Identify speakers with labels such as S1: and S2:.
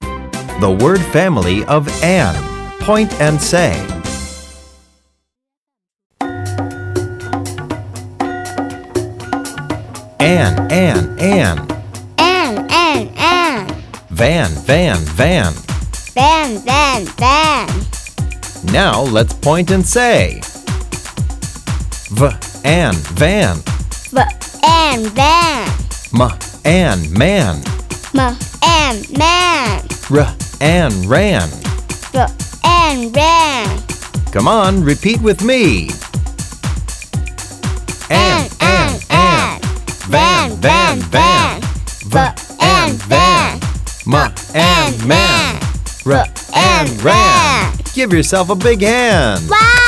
S1: the word family of and. Point and say. An, an, an.
S2: An, an, an.
S1: Van, van, van.
S2: Van, van, van.
S1: Now let's point and say. V, an, van.
S2: V, an, van.
S1: M, an, man.
S2: M, an, man.
S1: R, an, ran.
S2: R, an, ran.
S1: Come on, repeat with me. An, an, an. Van, van, van. V, an, van. M, an, man. R, an, ran. Give yourself a big hand.
S2: Wow!